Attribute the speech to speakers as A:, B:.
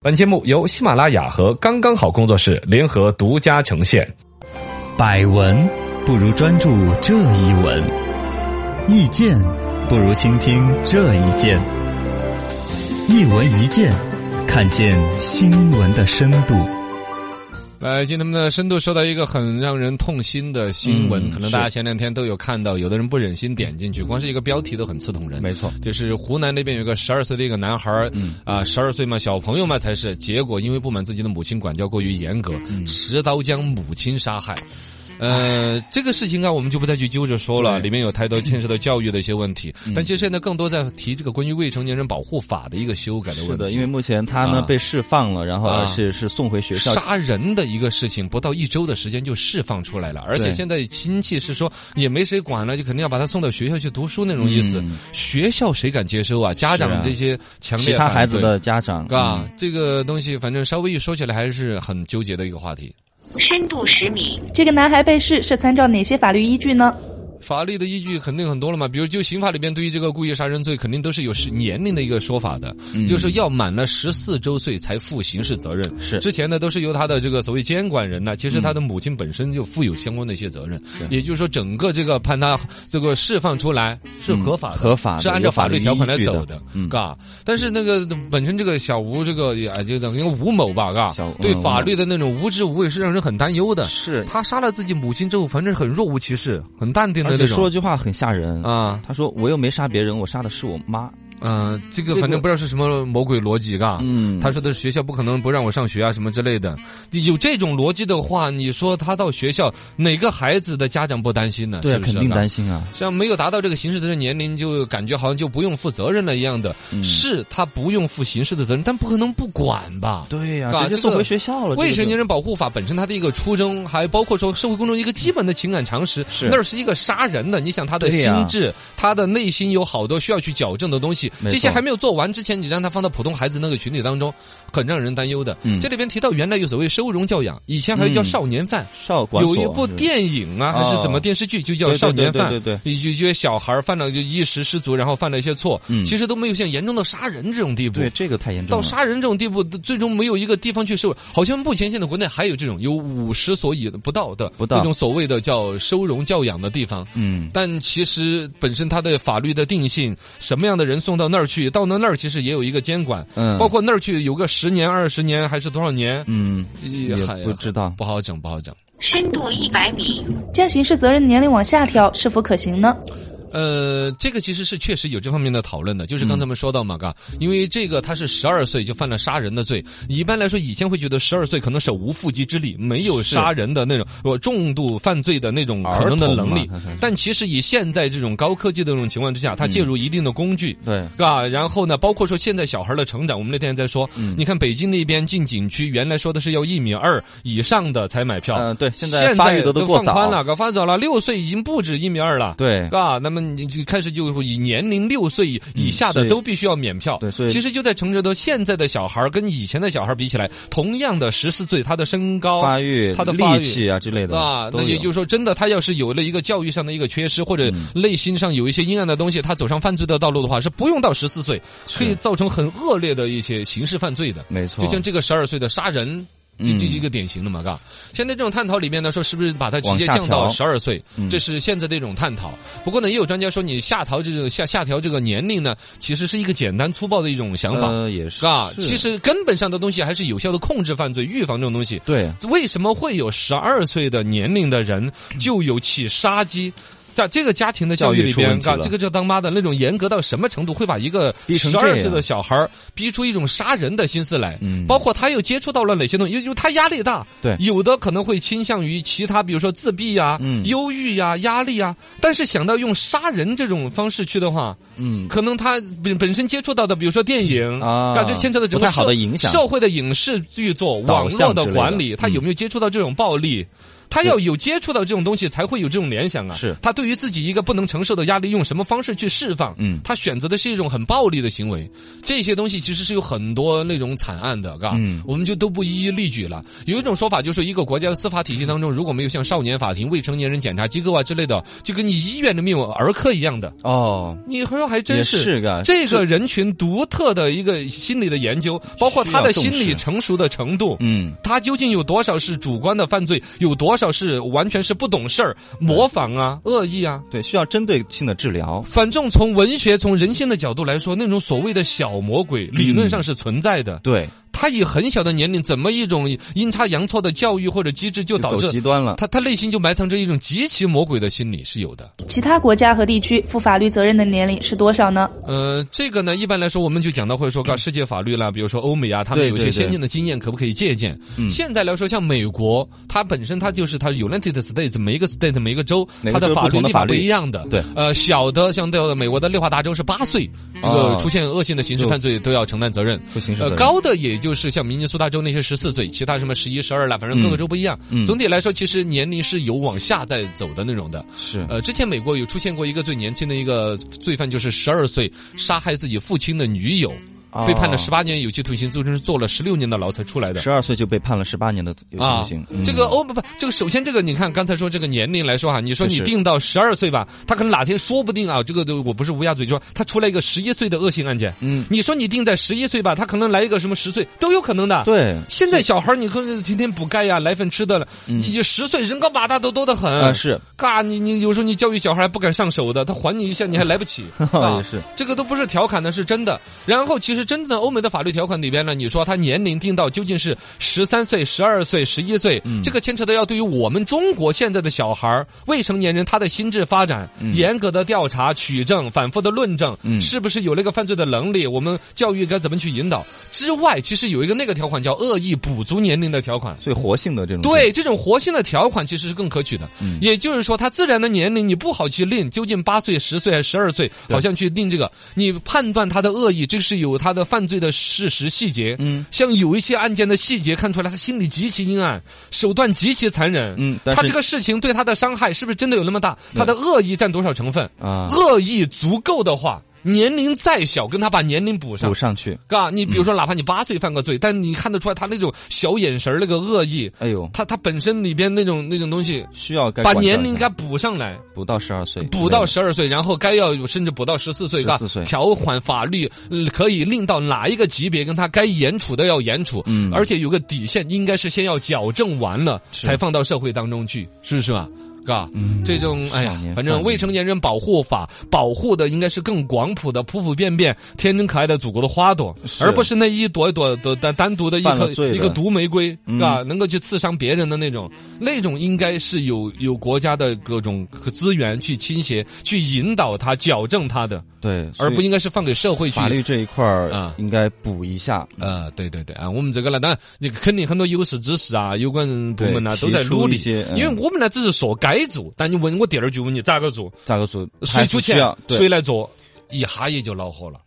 A: 本节目由喜马拉雅和刚刚好工作室联合独家呈现。
B: 百闻不如专注这一闻，意见不如倾听这一见。一闻一见，看见新闻的深度。
C: 呃，今天我们的深度说到一个很让人痛心的新闻，
A: 嗯
C: 可能大家前两天都有看到，有的人不忍心点进去，
D: 嗯
C: 光是一个标题都很刺痛人。
A: 错，
C: 就是湖南那边有个十二岁的一个男孩儿
D: 嗯
C: 啊，十二岁嘛，小朋友嘛才是。结果因为不满自己的母亲管教过于严格，
D: 嗯
C: 持刀将母亲杀害。呃，这个事情啊，我们就不再去揪着说了，里面有太多牵涉到教育的一些问题。
D: 嗯
C: 但其实现在更多在提这个关于未成年人保护法的一个修改的
D: 是
C: 问
D: 的，
C: 题。
D: 因为目前他呢、
C: 啊
D: 被释放了，然后
C: 啊
D: 而且是送回学校。
C: 杀人的一个事情，不到一周的时间就释放出来了，而且
D: 对
C: 现在亲戚是说也没谁管了，就肯定要把他送到学校去读书那种意思。学校谁敢接收啊？家
D: 是
C: 长
D: 啊
C: 这些强
D: 嗯其
C: 烈
D: 他
C: 反
D: 孩子
C: 对
D: 的嗯家长
C: 啊，这个东西反正稍微一说起来还是很纠结的一个话题。
E: 深度十米，
F: 这个男孩被试是参照哪些法律依据呢？
C: 法律的依据肯定很多了嘛，比如就刑法里边对于这个故意杀人罪，肯定都是有是年龄的一个说法的，就是说要满了十四周岁才负刑事责任。
D: 是
C: 之前呢都是由他的这个所谓监管人呢，其实他的母亲本身就负有相关的一些责任，也就是说整个这个判他这个释放出来是合法的，
D: 合法的
C: 是按照法律条款来
D: 有法律依据
C: 走
D: 的嗯
C: 的，嘎、但是那个本身这个小吴这个啊，就等于吴某吧，嘎
D: 小吴，
C: 对
D: 嗯
C: 法
D: 吴某
C: 律的那种无知无畏是让人很担忧的。
D: 是，
C: 他杀了自己母亲之后，反正很若无其事，很淡定的
D: 而
C: 那
D: 且说了
C: 种。
D: 句话很吓人。
C: 啊，
D: 他说：“我又没杀别人，我杀的是我妈。
C: 嗯、这个
D: 这个
C: 反正不知道是什么魔鬼逻辑，嘎。”
D: 嗯
C: 他说的是学校不可能不让我上学啊，什么之类的。有这种逻辑的话，你说他到学校，哪个孩子的家长不担心呢？
D: 对啊，
C: 是不是
D: 肯定
C: 嘎
D: 担心啊。
C: 像没有达到这个刑事责任年龄，就感觉好像就不用负责任了一样的。
D: 嗯
C: 是他不用负刑事的责任，但不可能不管吧？
D: 对呀、
C: 嘎
D: 直接
C: 这
D: 送
C: 个
D: 回学校了。
C: 未
D: 这
C: 成
D: 个
C: 年
D: 就
C: 人保护法本身它的一个初衷，还包括说社会公众一个基本的情感常识，
D: 是
C: 那是一个杀人的。你想他的心
D: 对呀
C: 智，他的内心有好多需要去矫正的东西，
D: 没错
C: 这些还没有做完之前，你让他放到普通孩子那个群体当中，很让人担忧的。
D: 嗯
C: 这里边提到原来有所谓收容教养，以前还有叫
D: 嗯
C: 少年犯。
D: 少管
C: 有
D: 所
C: 一部
D: 是
C: 电影啊，还是
D: 哦
C: 怎么电视剧，就叫《
D: 对对
C: 少年犯》，
D: 对对对
C: 对，就些小孩儿犯了就一时失足，然后犯了一些错，
D: 嗯
C: 其实都没有像严重到杀人这种地步。
D: 对这个太严重啊
C: 到
D: 了。
C: 杀人这种地步，最终没有一个地方去收。好像目前现在国内还有这种有五十所以不到的
D: 不到
C: 那种所谓的叫收容教养的地方。
D: 嗯，
C: 但其实本身它的法律的定性，什么样的人送到那儿去，到那那儿其实也有一个监管，
D: 嗯
C: 包括那儿去有个十年、二十年还是多少年，哎
D: 嗯，
C: 也
D: 也
C: 还
D: 不知道。
C: 不好整，不好整。
E: 深度一百米，
F: 将刑事责任年龄往下调是否可行呢？
C: 呃，这个其实是确实有这方面的讨论的，就是刚才我们说到嘛，嘎、因为这个他是十二岁就犯了杀人的罪，一般来说以前会觉得十二岁可能手无缚鸡之力，没有杀人的那种我重度犯罪的那种可能的能
D: 儿
C: 力
D: 童嘛他是，嗯
C: 但其实以现在这种高科技的这种情况之下，他介入一定的工具。
D: 对，
C: 啊，然后呢，包括说现在小孩的成长，我们那天在说，
D: 嗯
C: 你看北京那边进景区，原来说的是要一米二以上的才买票，
D: 嗯、对，现
C: 在
D: 在发育的
C: 都
D: 都过
C: 放宽
D: 早
C: 了，。搞发早了，六岁已经不止一米二了。
D: 对，
C: 啊，那么你就开始就会以年龄六岁以以下的
D: 嗯所以
C: 都必须要免票。
D: 对所以
C: 其实就在成着到现在的小孩儿跟以前的小孩儿比起来，同样的十四岁，他的身高
D: 发育、
C: 哦他的发育
D: 力气啊之类的
C: 啊，
D: 都
C: 那也
D: 有嗯
C: 就是说，真的，他要是有了一个教育上的一个缺失，或者内心上有一些阴暗的东西，他走上犯罪的道路的话，是不用到十四岁，可以造成很恶劣的一些刑事犯罪的。
D: 没错，
C: 就像这个十二岁的杀人。就
D: 嗯
C: 就一个典型的嘛，嘎。现在这种探讨里面呢，说是不是把它直接
D: 往下
C: 降到
D: 调
C: 十二岁，
D: 嗯
C: 这是现在的一种探讨。不过呢，也有专家说，你下调这种下下调这个年龄呢，其实是一个简单粗暴的一种想法，
D: 呃、也是
C: 嘎。
D: 是
C: 其实根本上的东西还是有效的控制犯罪、预防这种东西。
D: 对，
C: 为什么会有十二岁的年龄的人就有起杀机？在这个家庭的教育里边，
D: 教育出问题了
C: 啊，这个叫当妈的那种严格到什么程度，会把一个
D: 逼成
C: 十
D: 这
C: 二
D: 样
C: 岁的小孩儿逼出一种杀人的心思来？
D: 嗯
C: 包括他又接触到了哪些东西？因为因为他压力大，
D: 对
C: 有的可能会倾向于其他，比如说自闭呀、
D: 嗯
C: 忧郁呀、压力呀。但是想到用杀人这种方式去的话，
D: 嗯，
C: 可能他本本身接触到的，比如说电影
D: 啊
C: 这牵扯到整个
D: 不太好
C: 社
D: 的影响
C: 社会的影视剧作、网
D: 导向
C: 络的
D: 之类的
C: 管理，他
D: 嗯
C: 有没有接触到这种暴力？他要有接触到这种东西，才会有这种联想啊。
D: 是
C: 他对于自己一个不能承受的压力，用什么方式去释放？
D: 嗯
C: 他选择的是一种很暴力的行为。这些东西其实是有很多那种惨案的，嘎，
D: 嗯
C: 我们就都不一一例举了。有一种说法就是，一个国家的司法体系当中，如果没有像少年法庭、未成年人检察机构啊之类的，就跟你医院里面有儿科一样的。
D: 哦，
C: 你说还真
D: 也
C: 是
D: 是个
C: 这个人群独特的一个心理的研究，包括他的心
D: 需
C: 理
D: 要重视
C: 成熟的程度，
D: 嗯，
C: 他究竟有多少是主观的犯罪，有多少是完全是不懂事儿、模仿啊、
D: 嗯
C: 恶意啊？
D: 对，需要针对性的治疗。
C: 反正从文学、从人性的角度来说，那种所谓的小魔鬼，理论上是存在的。
D: 对，
C: 他以很小的年龄，怎么一种阴差阳错的教育或者机制，就
D: 就
C: 导
D: 走极
C: 致
D: 端了。
C: 他他内心就埋藏着一种极其魔鬼的心理是有的。
F: 其他国家和地区负法律责任的年龄是多少呢？
C: 呃，这个呢，一般来说，我们就讲到会说，告世界法律啦，比如说欧美啊，他们
D: 对
C: 有一些
D: 嗯对对嗯
C: 先进的经验，可不可以借鉴？现在来说，像美国，它本身它就是它 United States 每一个 state 每一个州，
D: 每
C: 它
D: 个
C: 的
D: 州
C: 法
D: 不
C: 律
D: 同的
C: 立法
D: 法
C: 不
D: 律
C: 一样的。
D: 对
C: 呃，小的像到美国的内华达州是八岁，这个
D: 哦
C: 出现恶性的刑事
D: 就
C: 犯罪都要承担责任。
D: 不行是
C: 呃，
D: 责任
C: 高的也就是像明尼苏达州那些十四岁，其他什么十一、十二啦，反正各个州不一样。
D: 嗯
C: 总体来说，其实年龄是有往下在走的那种的。
D: 是
C: 呃，之前美国有出现过一个最年轻的一个罪犯，就是十二岁杀害自己父亲的女友，
D: 哦
C: 被判了十
D: 八，
C: 八年有期徒刑，最终是坐了十六年的牢才出来的。
D: 十二岁就被判了十八年的有期徒
C: 啊
D: 刑。，
C: 这
D: 嗯
C: 个哦不不，这个首先这个你看刚才说这个年龄来说哈，你说你
D: 是
C: 定到十二岁吧，他可能哪天说不定啊，这个都我不是乌鸦嘴，就说他出来一个十一岁的恶性案件，
D: 嗯，
C: 你说你定在十一岁吧，他可能来一个什么十岁都有可能的。
D: 对，嗯
C: 现在小孩儿你可能天天补钙呀，来份吃的了，你十岁人高马大都多得很
D: 啊是，
C: 嘎，你你有时候你教育小孩还不敢上手的，他还你一下你还来不 及，啊
D: 也是
C: 这个都不是调侃的，是真的。然后其实真正的欧美的法律条款里边呢，你说他年龄定到究竟是十三岁、十二岁、十一岁，
D: 嗯
C: 这个牵扯到要对于我们中国现在的小孩儿未成年人他的心智发展，严格的调查、取证、反复的论证，
D: 嗯
C: 是不是有那个犯罪的能力？我们教育该怎么去引导？之外，其实有一个那个条款叫恶意补足年龄的条款。
D: 最活性的这种。
C: 对，这种活性的条款其实是更可取的。
D: 嗯
C: 也就是说，他自然的年龄你不好去定，究竟八岁、十岁还是十二岁，好像去定这个，你判断他的恶意，这是有他的犯罪的事实细节。
D: 嗯，
C: 像有一些案件的细节看出来，他心里极其阴暗，手段极其残忍。
D: 嗯但
C: 他
D: 是嗯
C: 这个事情对他的伤害是不是真的有那么大？他的恶意占多少成分？
D: 啊，
C: 恶意足够的话，年龄再小，跟他把年龄补上
D: 补。嗯上去。
C: 嘎，你比如说，哪怕你八岁犯个罪，但你看得出来他那种小眼神儿那个恶意，
D: 哎呦，
C: 他他本身里边那种那种东西，
D: 需要该
C: 把
D: 管教
C: 年
D: 一
C: 龄
D: 下
C: 该补上来，
D: 补到十二岁，
C: 补到十二岁，然后该要有甚至补到十四岁，
D: 14岁
C: 条款法律呃可以令到哪一个级别跟他该严处的要严处，
D: 嗯
C: 而且有个底线，应该是先要矫正完了
D: 是嗯
C: 才放到社会当中去，是不是嘛？嘎，这种哎呀
D: 少，年
C: 反正
D: 犯
C: 未成年人保护法保护的应该是更广谱的、普普遍遍、天真可爱的祖国的花朵，
D: 是
C: 而不是那一朵一朵的单单独的一
D: 犯
C: 颗
D: 了罪的
C: 一个毒玫瑰，
D: 嗯
C: 啊，能够去刺伤别人的那种，那种应该是有有国家的各种资源去倾斜、去引导他、矫正他的，
D: 对，
C: 而不
D: 应
C: 应该是放给社会去。
D: 法律这一块
C: 啊
D: 儿应该补一下。
C: 呃，对对对啊，我们这个呢，当然你肯定很多有识之士啊，有关部门呢、都
D: 对
C: 在
D: 提出
C: 努力
D: 一些，嗯
C: 因为我们呢只是说该做，但你问我第二句问你咋个做，
D: 价格组
C: 谁出
D: 还是需
C: 钱
D: 要，对
C: 谁来做，一哈也就恼火了。